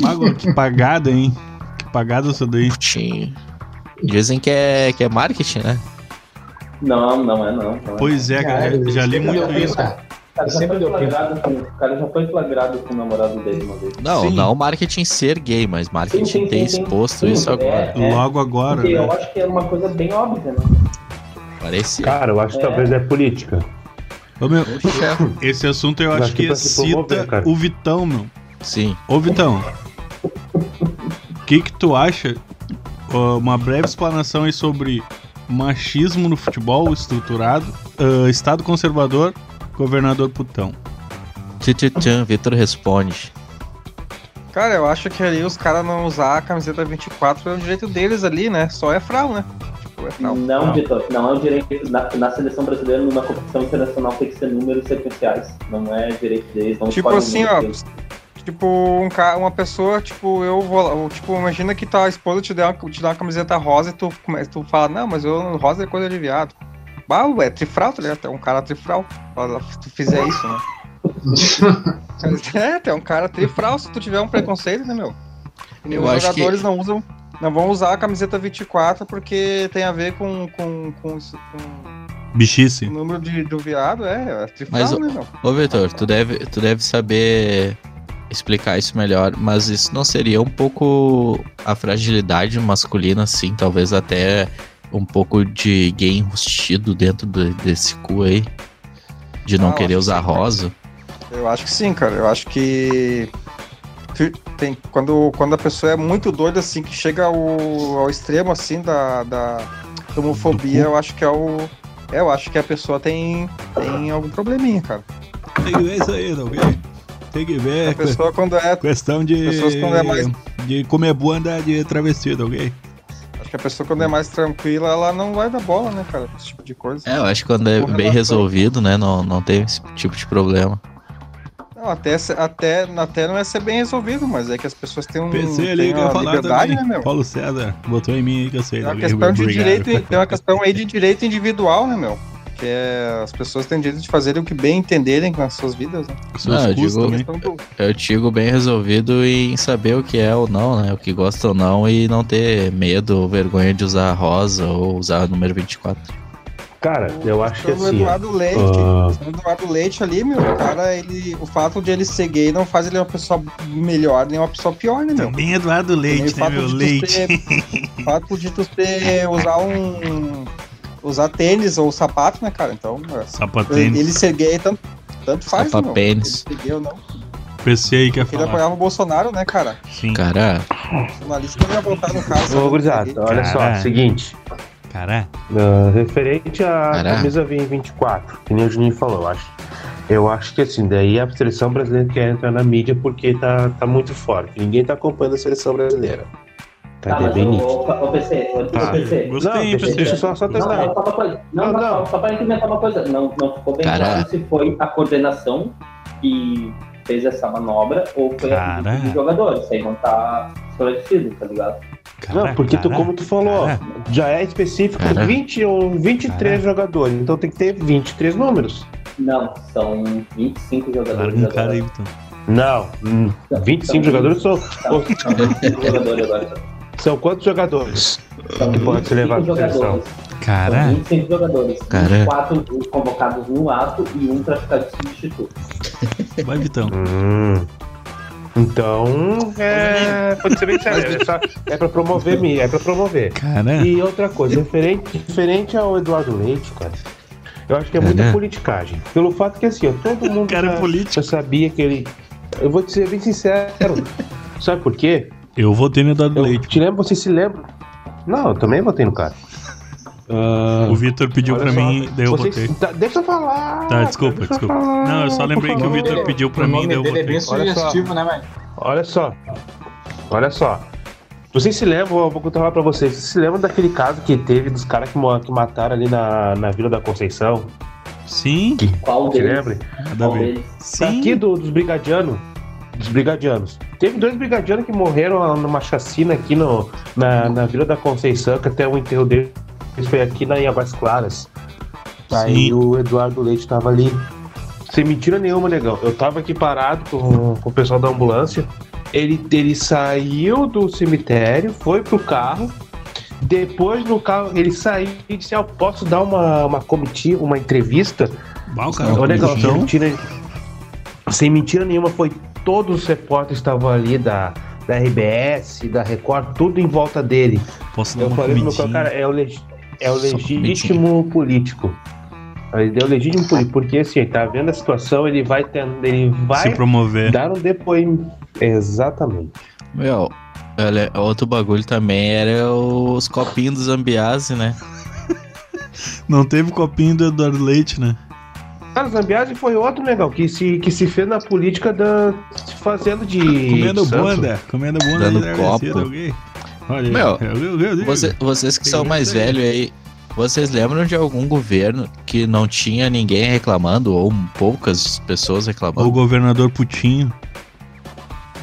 A: Mago, que pagada, hein? Que pagada essa daí.
B: Putinho. Dizem que é, que é marketing, né?
D: Não, não é não. não é.
A: Pois é, cara, já, já li muito
C: é
A: isso.
D: O cara já
C: sempre
D: foi
C: deu tempo.
D: flagrado com- o cara já foi flagrado com o namorado dele uma vez.
B: Não,
F: Sim.
B: não marketing ser gay, mas marketing
D: Sim, sim, sim,
B: ter
D: sim.
B: exposto
D: Sim,
B: isso
D: é,
B: agora.
D: é.
A: Logo agora,
D: Porque
A: né?
D: eu acho que é uma coisa bem óbvia, né?
B: Parece.
E: Cara, eu acho que
D: É.
E: talvez é política.
A: Ô, meu,
B: Puxa.
A: esse assunto eu
E: Mas
A: acho que
E: tipo, se promover,
A: excita
E: cara.
A: o Vitão, meu.
B: Sim.
A: Ô, Vitão, o que que tu acha? ó, Uma breve explanação aí sobre machismo no futebol estruturado, ah, Estado conservador, governador putão.
B: Tchutchutchan, Vitor responde.
F: Cara, eu acho que ali os caras não usar a camiseta 24 é o direito deles ali, né? Só é frau, né? Tipo, é frau.
D: Não, Vitor, não é um direito. Na, na seleção brasileira, numa competição internacional, tem que ser números sequenciais. Não é direito deles. Não
F: Tipo
D: escolhe
F: assim,
D: número
F: ó.
D: deles.
F: Tipo, um ca... uma pessoa, tipo, eu vou lá, ou, tipo, imagina que tua esposa te dá uma, te dá uma camiseta rosa e tu, come- tu fala, não, mas eu, rosa é coisa de viado. Bah, ué, trifral, tá ligado? Tu É um cara trifral. Fala, Se tu fizer isso, né? Mas, é, tu é um cara trifral se tu tiver um preconceito, né, meu? E
B: Eu
F: os
B: acho que-
F: jogadores não usam, não vão usar a camiseta 24 porque tem a ver com, com, com, isso- com o
A: Bichice.
F: número de, do viado, é, é trifral,
B: Mas o-
F: né, meu?
B: Ô, Vitor, tu deve, tu deve saber explicar isso melhor, mas isso não seria um pouco a fragilidade masculina, assim, talvez até um pouco de gay enrustido dentro do- desse cu aí, de não
F: Ah, eu
B: querer
F: acho
B: usar
F: que sim, cara.
B: rosa?
F: Eu acho que sim, cara. Eu acho que. que Tem, quando, quando a pessoa é muito doida, assim, que chega ao, ao extremo, assim, da, da, da homofobia, eu acho que é o. É, eu acho que a pessoa tem, tem algum probleminha, cara.
A: Tem que ver isso aí, tá ok? Tem que ver.
F: A pessoa, quando é.
A: Questão de.
F: Pessoas quando é mais-
A: De comer boa andar de travestido, ok?
F: Acho que a pessoa, quando é mais tranquila, ela não vai dar bola, né, cara? Esse tipo de coisa.
B: É, eu acho que quando é
F: Com
B: bem
F: relação-
B: resolvido, né, não, não tem esse tipo de problema.
F: Não, até, se- até, até não é ser bem resolvido, mas é que as pessoas têm um.
A: PC ali
F: têm
A: que eu ia
F: a
A: falar
F: liberdade,
A: também.
F: né, meu?
A: Paulo César, botou em mim aí que eu sei.
F: É
A: tá
F: uma
A: ok?
F: questão de
A: Obrigado.
F: direito, tem uma questão aí de direito individual, né, meu? Que é, as pessoas têm direito de fazerem o que bem entenderem com as suas vidas, né?
A: Com seus
B: Não, eu
A: custos
B: digo-
A: também.
F: Questão do-
B: Eu digo bem resolvido em saber o que é ou não, né, o que gosta ou não, e não ter medo ou vergonha de usar rosa ou usar número 24.
E: Cara, eu acho que
F: questão do
E: assim.
F: Eduardo Leite,
E: ah,
F: questão do Eduardo Leite ali, meu, o cara, ele, o fato de ele ser gay não faz ele uma pessoa melhor, nem uma pessoa pior, né, meu?
A: Também Eduardo
F: Também o
A: Leite, né,
F: fato
A: meu?
F: de tu
A: Leite.
F: ter- o fato de tu ter usar um usar tênis ou sapato, né, cara? Então,
A: Sapatênis.
F: ele ser gay tanto, tanto faz, né, meu? Ele
B: Sapapênis.
F: ser gay ou não.
A: PC aí quer
F: Porque ele
A: falar.
F: apoiava o Bolsonaro, né, cara?
A: Sim.
B: Cara,
F: jornalista não ia voltar no caso.
E: Ô, gurizada, olha só,
A: Caralho.
E: seguinte.
A: Caralho.
E: Ah, referente à
B: Caraca.
E: camisa V24, que nem o Juninho falou, eu acho. Eu acho que assim, daí a seleção brasileira quer entrar na mídia porque tá, tá muito forte. Ninguém tá acompanhando a seleção brasileira. Tá,
D: Tá,
E: é
D: mas
E: bem nítido.
D: o, o, o PC, o,
E: Tá.
A: Gostei,
D: PC.
E: Não,
A: PC.
E: deixa, deixa eu só, só
D: Não,
E: terminar.
D: não, só pra coisa. Não,
E: Não,
D: não,
E: não.
D: Só, só pra implementar uma coisa. Não, não ficou bem
B: Cara.
D: claro se foi a coordenação que fez essa manobra ou foi a
A: Cara.
D: pedido dos jogadores. Isso aí não tá esclarecido, tá ligado?
E: Não, porque tu, como tu falou,
A: Caraca.
E: já é específico um,
B: Caraca.
E: 20 ou 23 jogadores, então tem que ter 23 números.
D: Não, são 25
A: Larga
D: jogadores
A: um cara aí,
D: agora.
A: Vitão.
E: Não, hum, 25 jogadores são,
D: São, são 25 jogadores agora.
E: são quantos jogadores?
D: São
E: Que pode ser levado
D: 25
E: pra seleção.
D: jogadores. São
A: Caralho.
D: 25 jogadores.
B: Cara.
D: Quatro convocados no ato e um pra ficar de substituto.
A: Vai, Vitão.
E: Hum. Então, é, pode ser bem sério, é, só, é pra promover, mi- é pra promover.
A: Caralho.
E: E outra coisa, diferente, diferente ao Eduardo Leite, cara, eu acho que é muita
B: Aham.
E: politicagem. Pelo fato que assim, ó, todo mundo
A: O cara é
E: já-
A: político.
E: já sabia que ele, Eu vou te ser bem sincero. Sabe por quê?
A: Eu votei no Eduardo
E: Eu
A: Leite.
E: te lembro, você se lembra. Não, eu também votei no cara.
A: O Vitor pediu
E: Olha
A: pra
E: só,
A: mim, daí eu
E: vocês-
A: votei.
E: Tá, deixa eu falar.
A: Tá, desculpa,
E: deixa eu
A: desculpa.
E: falar,
A: Não, eu só
E: por
A: lembrei que o
E: favor.
A: Vitor pediu pra
C: o
A: mim,
C: nome
A: daí eu
C: dele é
A: votei.
C: bem sugestivo, né, mãe?
E: Olha só. Olha só. Vocês se lembram, eu vou contar pra vocês. Vocês se lembram daquele caso que teve dos caras que, mo- que mataram ali na, na Vila da Conceição?
A: Sim,
D: Qual
E: Se
D: deles?
E: lembra?
A: nada a
D: Qual
A: ver.
D: deles?
A: Sim.
E: Aqui do- dos brigadianos. Dos brigadianos. Teve dois brigadianos que morreram numa chacina aqui no, na, na Vila da Conceição, que até o enterro deles foi aqui na, em Águas Claras. Aí
A: Sim.
E: o Eduardo Leite tava ali. Sem mentira nenhuma, negão. Eu tava aqui parado com, com o pessoal da ambulância. Ele, ele saiu do cemitério, foi pro carro. Depois no carro, ele saiu e disse: Ah, eu posso dar uma, uma comitiva, uma entrevista?
A: Bah, o cara
E: Ô,
A: ficou
E: negão,
A: no
E: sem
A: chão.
E: mentira, sem mentira nenhuma, foi todos os repórteres estavam ali da, da RBS, da Record, tudo em volta dele.
A: Posso dar
E: Eu
A: uma
E: falei pro meu cara, cara,
A: comidinha?
E: é o, leg- é o
B: Só
E: legítimo político. Ele deu legítimo político, porque assim, ele tá vendo a situação, ele vai tendo, ele
A: Se
E: vai
A: promover.
E: dar um depoimento. Exatamente.
B: Meu, olha, outro bagulho também era os copinhos do Zambiase, né?
A: Não teve copinho do Eduardo Leite, né?
E: Cara, Zambiase foi outro legal que se, que se fez na política da, se fazendo de.
A: Comendo
E: de santo.
A: bunda, comendo bunda
B: Dando
A: de travessia
B: copo.
A: de alguém. Olha,
B: Meu,
A: eu- eu- eu- eu-
B: Você- vocês que
A: Tem
B: são
A: isso
B: mais
A: aí.
B: velhos aí, vocês lembram de algum governo que não tinha ninguém reclamando ou poucas pessoas
A: o
B: reclamando?
A: governador Putinho.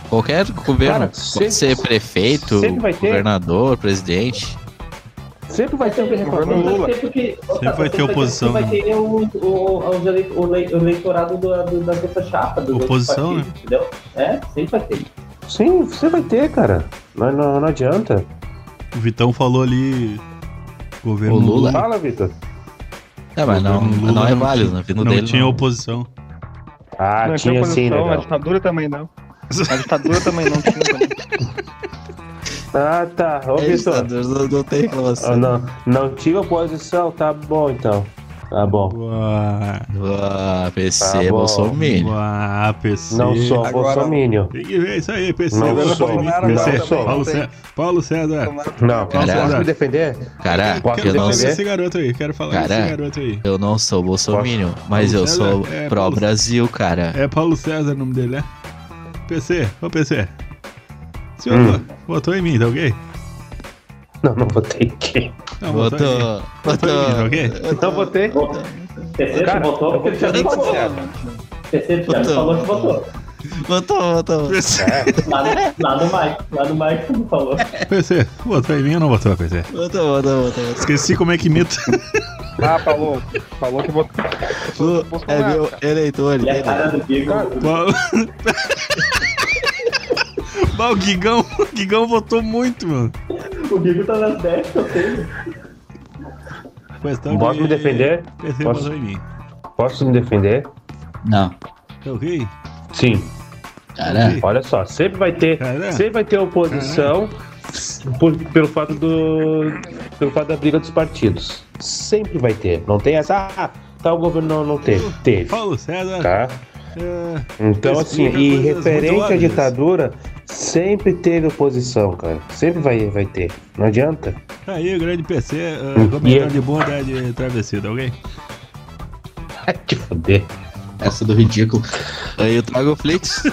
B: Qualquer governo,
E: Cara,
B: pode
E: sempre-
B: ser prefeito,
E: sempre vai ter.
B: governador, presidente.
E: Sempre vai ter alguém reclamando.
D: Sempre
E: Lula.
D: vai ter, porque- ô,
A: Sempre
D: Tata,
A: vai ter oposição, né?
D: Vai ter o, o, os elei- o lei- o eleitorado do, do, da dessa chapa. Do
A: Oposição,
D: né? Entendeu? É, sempre vai ter.
E: Sim, você vai ter, cara. Não, não, não adianta.
A: O Vitão falou ali. Governo
B: O Lula.
E: Fala, Vitor.
B: Não, mas não,
A: governo Lula
B: não é
A: não
B: válido,
A: tinha-
B: na vida
A: Não
B: dele.
A: tinha
B: não.
A: oposição.
E: Ah,
F: não
E: tinha
F: é tinha
E: sim,
F: oposição, a
E: legal.
F: ditadura também não. A ditadura também não tinha. também.
E: Ah, tá. Ô,
B: É, isso,
E: Vitor.
B: não, não tem relação.
E: Ah, não, não tive oposição, tá bom então. Tá bom.
A: Uá,
B: Ah,
E: Tá
B: PC,
E: bom.
B: Bolsonaro.
A: uá, PC.
E: Não sou
F: Agora-
E: bolsominion.
A: Tem que ver isso aí, PC.
E: Não
A: Bolsonaro,
E: sou.
A: Bolsonaro,
E: Não
A: PC,
E: sou.
A: Paulo,
F: Não tem.
A: César, Paulo César.
E: Não,
B: Caraca.
E: posso me defender?
B: Cara,
E: Posso
B: eu não,
A: Quero
E: defender?
A: ver esse garoto aí, quero falar desse
B: um Cara.
A: garoto aí.
B: eu não sou Bolsonaro, mas eu
A: César,
B: sou
A: é, Paulo-
B: pró-Brasil, cara.
A: É Paulo César o nome dele, né? PC, ô PC. Senhor,
E: Hum.
A: votou em mim, tá ok?
E: Não, não votei aqui.
A: Não, votou em mim.
B: Botou.
A: Votou em mim, tá
B: Botou.
A: ok?
E: Não votei.
D: Terceiro
E: Cara,
D: votou
E: eu vou
D: porque
E: ser
D: ele
E: bem
D: já falou.
E: sincero.
D: Terceiro já
B: Votou.
D: falou que votou.
B: Botou, botou.
A: PC,
D: Lá, lá no Mike, lá no Mike não falou.
A: PC, votou em mim ou não votou, PC?
B: Botou, botou, botou.
A: Esqueci como é que imita.
F: Ah, falou. Falou que botou.
B: Tu é meu eleitor,
D: Ele é a
B: entendeu?
D: cara do Bigo.
A: Paulo... Bah, o Guigão, o Guigão votou muito, mano.
D: O Bigo tá nas 10 que eu tenho.
A: Questão
E: Posso
A: de-
E: me defender?
A: PC
E: Posso?
A: votou um em mim.
E: Posso me defender?
H: Não.
A: Tá ok?
E: Sim.
H: Cara,
E: Olha só, sempre vai ter,
A: Caraca.
E: sempre vai ter oposição por- pelo fato do pelo fato da briga dos partidos. Sempre vai ter. Não tem essa, ah, tal governo não, não teve. Teve.
A: Paulo César.
E: Tá?
A: é,
E: Então, assim,
A: Explica
E: e
A: coisas muito
E: referente à
A: óbvias.
E: ditadura, sempre teve oposição, cara. Sempre vai, vai ter. Não adianta.
A: Tá Aí, o grande PC, ah,
E: Hum,
A: comedor
E: e-
A: de bunda de travessia, tá ok?
E: Vai te foder.
H: essa do ridículo.
B: Aí eu trago o Flix.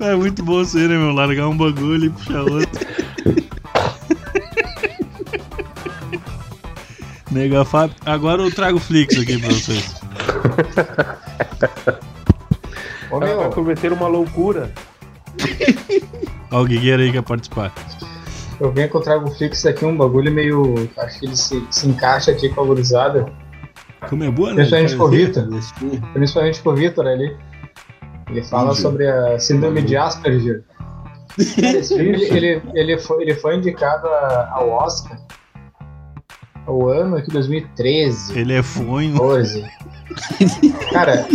A: É muito bom isso aí, né, meu? Largar um bagulho e puxar outro. Nega Fábio. Agora eu trago o Flix aqui pra vocês.
C: Ô,
E: Ela
C: meu,
E: vai cometer uma loucura.
A: Ó, o Guigueira aí que quer participar.
C: eu venho que eu trago fixo aqui um bagulho meio. Acho que ele se, se encaixa aqui com a gurizada.
A: Como é boa, né?
C: Principalmente com o Vitor.
A: Travessia.
C: Principalmente com o Vitor ali. Ele fala
A: Entendi.
C: sobre a síndrome de Asperger. Cara, Esse filme ele, ele, ele foi, ele foi indicado a- ao Oscar ao ano de 2013,
A: Ele é fonho.
C: 14. Cara,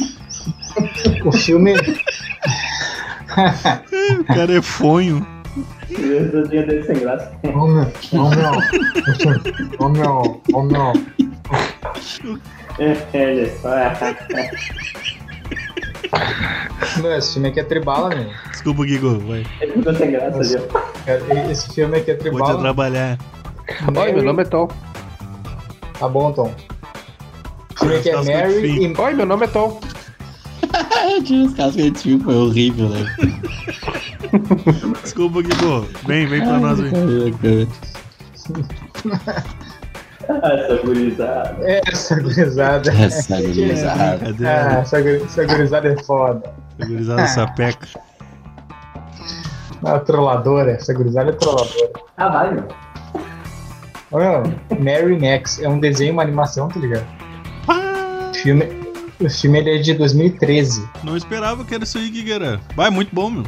C: o filme.
A: O cara é fonho.
D: Meu Deus, dia dele sem graça.
C: Oh meu, oh meu, oh meu, oh meu.
D: É, ele. Ah,
C: Não, esse filme aqui é tribala, meu.
A: Desculpa, Guigo, vai.
D: É tudo sem graça,
C: Nossa.
D: já.
C: Cara, Esse filme aqui é
A: Pode
C: tribala.
A: trabalhar.
C: Mary-
I: Oi, meu nome é Tom.
C: Tá bom, Tom. O filme aqui é
A: Tá tudo
C: Mary
A: bem.
C: e
I: Oi, meu nome é Tom.
H: Ah, tinha uns casos que a gente viu, foi horrível, né?
A: Desculpa, Guigo. Vem, vem pra nós, vem.
D: Ah, essa gurizada.
C: É, essa gurizada.
H: Essa gurizada.
C: Ah,
A: Cadê
C: essa guri- essa gurizada é foda.
A: a
C: Ah.
A: gurizada sapeca?
C: A trolladora, essa gurizada é trolladora.
D: Ah, vai, meu.
C: Olha, Mary Max é um desenho, uma animação, tá ligado? O filme, o filme ele é de 2013.
A: Não esperava que era isso aí, Guigueira. Vai, muito bom, meu.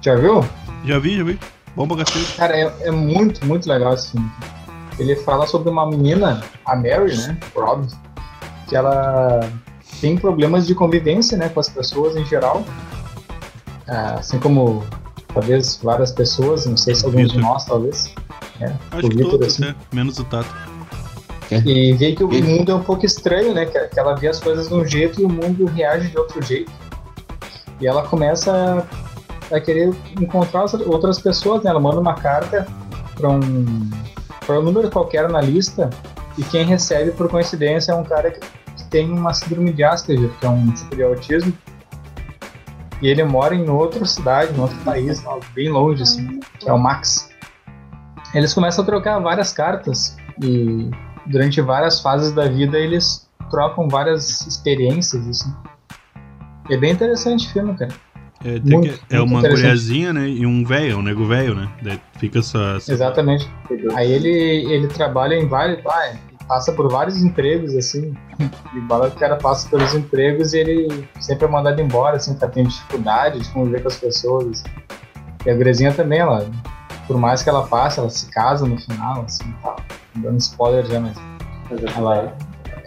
C: Já viu?
A: Já vi, já vi. Bom pra cacete.
C: Cara, é, é muito, muito legal esse filme. Ele fala sobre uma menina, a Mary, né? Por óbvio, que ela tem problemas de convivência, né, com as pessoas em geral. Ah, assim como talvez várias pessoas, não sei se alguns de
A: Vitor.
C: nós, talvez.
A: Acho que
C: Vitor,
A: todos,
C: assim.
A: né? Menos o Tato.
C: E vê que o
H: E-
C: mundo é um pouco estranho, né? Que que ela vê as coisas de um jeito e o mundo reage de outro jeito. E ela começa a querer encontrar as- outras pessoas, né? Ela manda uma carta para um, pra um número qualquer na lista e quem recebe, por coincidência, é um cara que tem uma síndrome de Asperger, que é um tipo de autismo. E ele mora em outra cidade, em outro país, lá bem longe, assim, que é o Max. Eles começam a trocar várias cartas e durante várias fases da vida eles trocam várias experiências, assim. É bem interessante o filme, cara.
A: É, tem
C: Muito,
A: que- é
C: muito
A: uma
C: interessante.
A: guriazinha, né? E um velho, um nego velho, né? Daí fica essa. essa-
C: Exatamente. Aí ele, ele trabalha em vários. Ah, ele passa por vários empregos, assim. E bala que o cara passa pelos empregos e ele sempre é mandado embora, assim, tá tendo dificuldade de conviver com as pessoas. assim. E a Grezinha também, ela. Por mais que ela passe, ela se casa no final, assim, tá. Dando spoiler já, mas. Ela,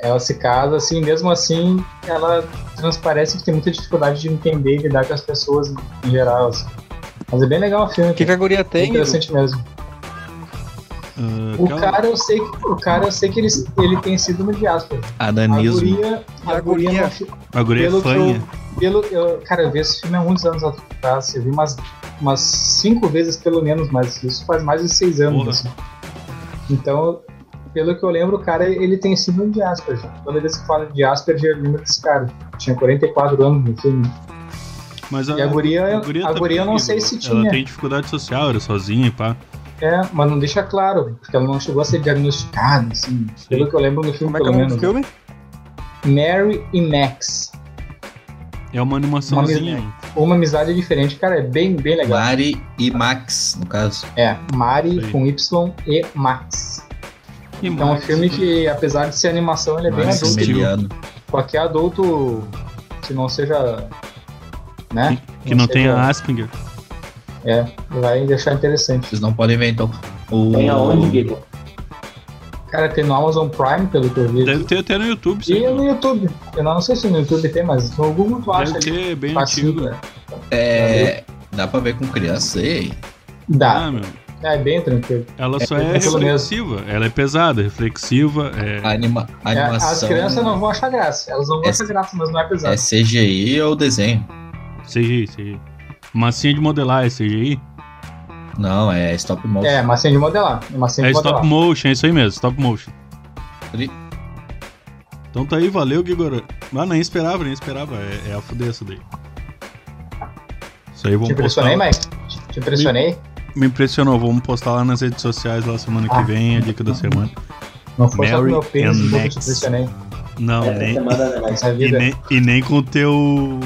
C: ela se casa, assim, mesmo assim, ela transparece que tem muita dificuldade de entender e lidar com as pessoas em geral, assim. Mas é bem legal o filme.
F: O que, que
C: cara.
F: a guria
C: É
F: tem?
C: interessante mesmo.
A: Ah,
C: O
A: calma.
C: cara, eu sei que, o cara, eu sei que ele, ele tem síndrome de Asperger. A
B: Adanismo.
C: guria, a
F: A
C: guria
F: guria.
C: não fi-
A: A guria é
C: pelo que
A: fanha.
C: eu, pelo, eu- Cara, eu vi esse filme há muitos anos atrás. Eu vi umas, umas cinco vezes, pelo menos, mas isso faz mais de seis anos.
A: Porra.
C: assim. Então, pelo que eu lembro, o cara, ele tem síndrome de Asperger. Toda vez que fala de Asperger, eu lembro desse cara. Tinha 44 anos no filme.
A: Mas
C: E a guria,
A: guria
C: a guria,
A: também,
C: eu não
A: Guigo,
C: sei se
A: Ela
C: tinha.
A: tem dificuldade social, era sozinha e pá.
C: É, mas não deixa claro, porque ela não chegou a ser diagnosticada, assim. Pelo que eu lembro no filme,
F: Como é que é
C: pelo
F: o nome
C: menos.
F: do filme?
C: Mary e Max.
A: É uma animaçãozinha.
C: Uma amizade diferente, cara, é bem, bem legal.
H: Mari e Max, no caso.
C: É, Mari
A: Sim.
C: com Y e Max.
A: E
C: É um
A: mais,
C: filme
A: né?
C: que, apesar de ser animação, ele é bem
H: Max
C: adulto.
H: Meliano.
C: Qualquer adulto que não seja. né?
A: Que não
C: seja-
A: tenha Asperger.
C: É, Vai deixar interessante.
H: Vocês não podem ver, então. O...
D: Tem aonde, Guigo?
C: Cara, tem no Amazon Prime, pelo que eu vi.
A: Deve ter até no YouTube, sim.
C: E no YouTube. Eu não sei se no YouTube tem, mas no Google tu acha
A: Deve
C: ali.
A: ter, é bem
C: facinho,
A: antigo.
C: né?
H: É... Dá pra ver com criança, ei.
C: Dá.
A: Ah, meu.
C: É bem tranquilo.
A: Ela só
C: É,
A: é,
C: é isso
A: reflexiva. Ela é pesada, reflexiva. É...
H: Anima...
C: É,
H: Animação.
C: As crianças não vão achar graça. Elas não vão
H: É-
C: achar graça, mas não é pesado.
H: É CGI ou desenho?
A: CGI, CGI. Massinha de modelar, é CGI?
H: Não, é stop motion.
C: É, massinha de modelar. Massinha
A: é
C: de modelar.
A: stop motion, é isso aí mesmo, stop motion.
H: Tri.
A: Então tá aí, valeu, Gigoro. Ah, nem esperava, nem esperava. É, é a fuder essa daí. Isso aí
C: Te
A: vamos
C: impressionei,
A: postar.
C: Mike? Te- Te impressionei?
A: Me impressionou, vamos postar lá nas redes sociais lá semana que
C: Ah.
A: vem, a dica da semana.
C: Não foi só com
A: Mary
C: meu pênis
A: and
C: que eu te
A: Max.
C: impressionei.
A: Não,
D: Essa
A: nem,
D: semana, né, Max?
C: Essa
A: e
C: vida. é
A: nem. E nem com o teu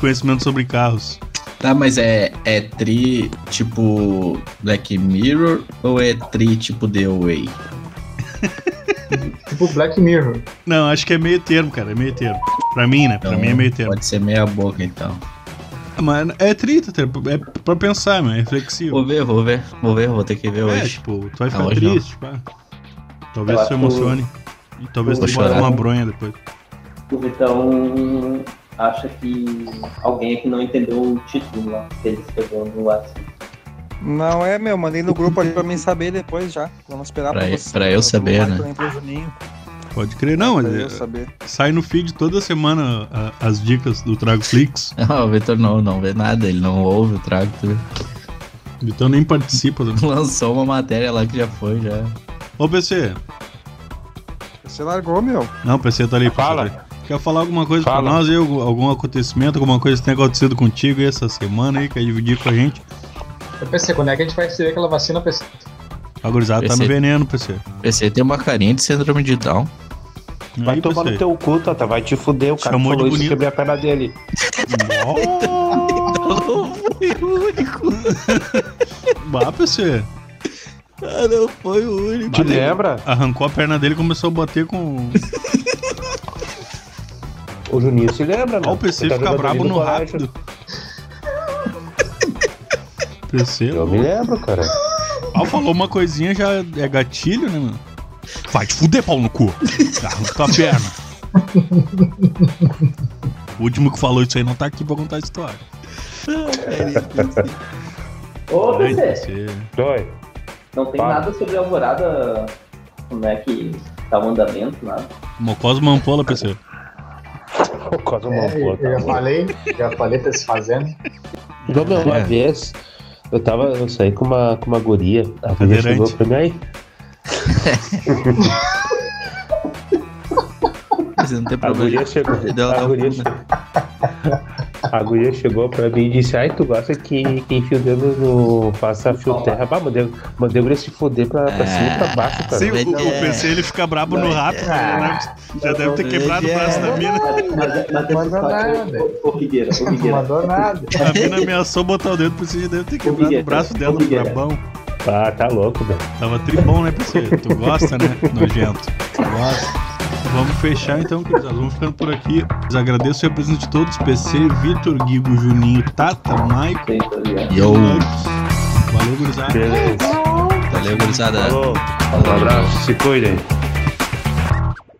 A: conhecimento sobre carros.
H: Tá, mas é, é tri tipo Black Mirror ou é tri tipo The Way?
C: Tipo Black Mirror.
A: Não, acho que é meio termo, cara, é meio termo. Pra mim, né? Pra
H: Então,
A: mim é meio termo.
H: Pode ser meia boca então.
A: Mas é 30, é pra pensar, mano, é reflexivo.
H: Vou ver, vou ver, vou ver, vou ter que ver
A: É,
H: hoje.
A: tipo, tu vai ficar
H: Não, hoje não.
A: triste, pá. Talvez
D: Eu
A: tu
D: acho
A: emocione. E talvez
H: Vou
A: tu bota
H: chorar.
A: uma bronha depois.
D: O Vitão então, acha que alguém aqui não entendeu o título lá que ele escreveu no WhatsApp.
F: Não é, meu. Mandei no grupo ali pra mim saber depois já. Pra não esperar
H: Pra
F: pra,
H: eu-
F: você.
B: pra eu saber,
F: Marco,
B: né?
F: nem pro Juninho.
A: Pode crer, não, mas
F: pra
A: é,
F: eu saber.
A: sai no feed toda semana a- as dicas do Trago Flix.
B: Ah, o Vitor não, não vê nada, ele não ouve o trago. tudo.
A: Então nem participa. né?
B: Lançou uma matéria lá que já foi, já.
A: Ô PC,
F: Você largou, meu.
A: não, PC tá ali. PC
E: Fala.
A: tá ali. Quer falar alguma coisa
E: Fala.
A: pra nós aí? Algum algum acontecimento, alguma coisa que tenha acontecido contigo aí essa semana aí, quer dividir com a gente?
C: Eu pensei, quando é que a gente vai receber aquela vacina? Eu pensei,
A: A gurizada tá no
B: PC.
A: veneno, PC.
B: PC tem uma carinha de síndrome de Down.
E: Vai
A: Aí,
E: tomar
A: PC.
E: no teu cu, Tata. Vai te fuder. O cara
A: Chamou de
E: falou isso
A: bonito. Então,
E: quebrei a perna dele.
A: Nossa!
B: Não foi o único.
A: Bah, PC.
B: Ah, não foi o único.
E: Te lembra?
A: Arrancou a perna dele e começou a bater com.
E: O Juninho se lembra, né?
A: Ó, o PC
E: Ele tá
A: fica
E: jogando
A: brabo
E: ali
A: no
E: colégio.
A: rápido. PC,
E: Eu me lembro, cara.
A: Pau falou uma coisinha, já é gatilho, né, mano? Vai te fuder, pau no cu. Tá, Arranca tua perna. O último que falou isso aí não tá aqui pra contar a história.
D: Ô,
A: Ai,
D: você,
A: você.
E: Dói.
D: não tem
E: Fala.
D: nada sobre a alvorada, como é que tá o andamento, nada.
A: Mocós Mampola, PC.
E: Quase Tota. uma
C: é, eu
E: porra.
C: já falei, já falei pra esse fazendo.
E: Não, meu, uma
B: É.
E: vez eu tava, eu saí com uma, com uma guria, a guria
A: Cadeirante.
E: chegou pra mim aí.
B: Mas não tem
E: A guria
B: problema.
E: chegou.
B: Deu
E: A
B: uma
E: guria,
B: bunda.
E: chegou- a guria chegou pra mim e disse, ai, tu gosta que, que enfia o dedo no. Faça fio terra. Bah, mandei, mandei a guria se fuder pra,
B: É.
E: pra cima e pra baixo, cara.
A: Sim, o,
B: Não,
A: o PC ele fica brabo no rápido, né? Já deve ter quebrado o braço da mina.
D: Mas, mas essa
C: Manda
D: história,
C: nada.
D: ô, ô, ô Figueira, ô
C: Não
D: Figueira,
C: mandou nada.
A: A mina ameaçou botar o dedo, o PC já deve ter quebrado o braço dela no brabão.
E: Ah, tá louco, velho.
A: Tava tribom, né, PC? Tu gosta, né? Nojento. Tu gosta. Vamos fechar então, queridos. Vamos ficando por aqui. Agradeço a presença de todos: PC, Vitor, Guigo, Juninho, Tata, Mike,
D: tem teoria.
B: Yo,
A: Valeu, gurizada.
E: Beleza.
B: valeu, gurizada.
E: Falou. Um abraço, se cuidem.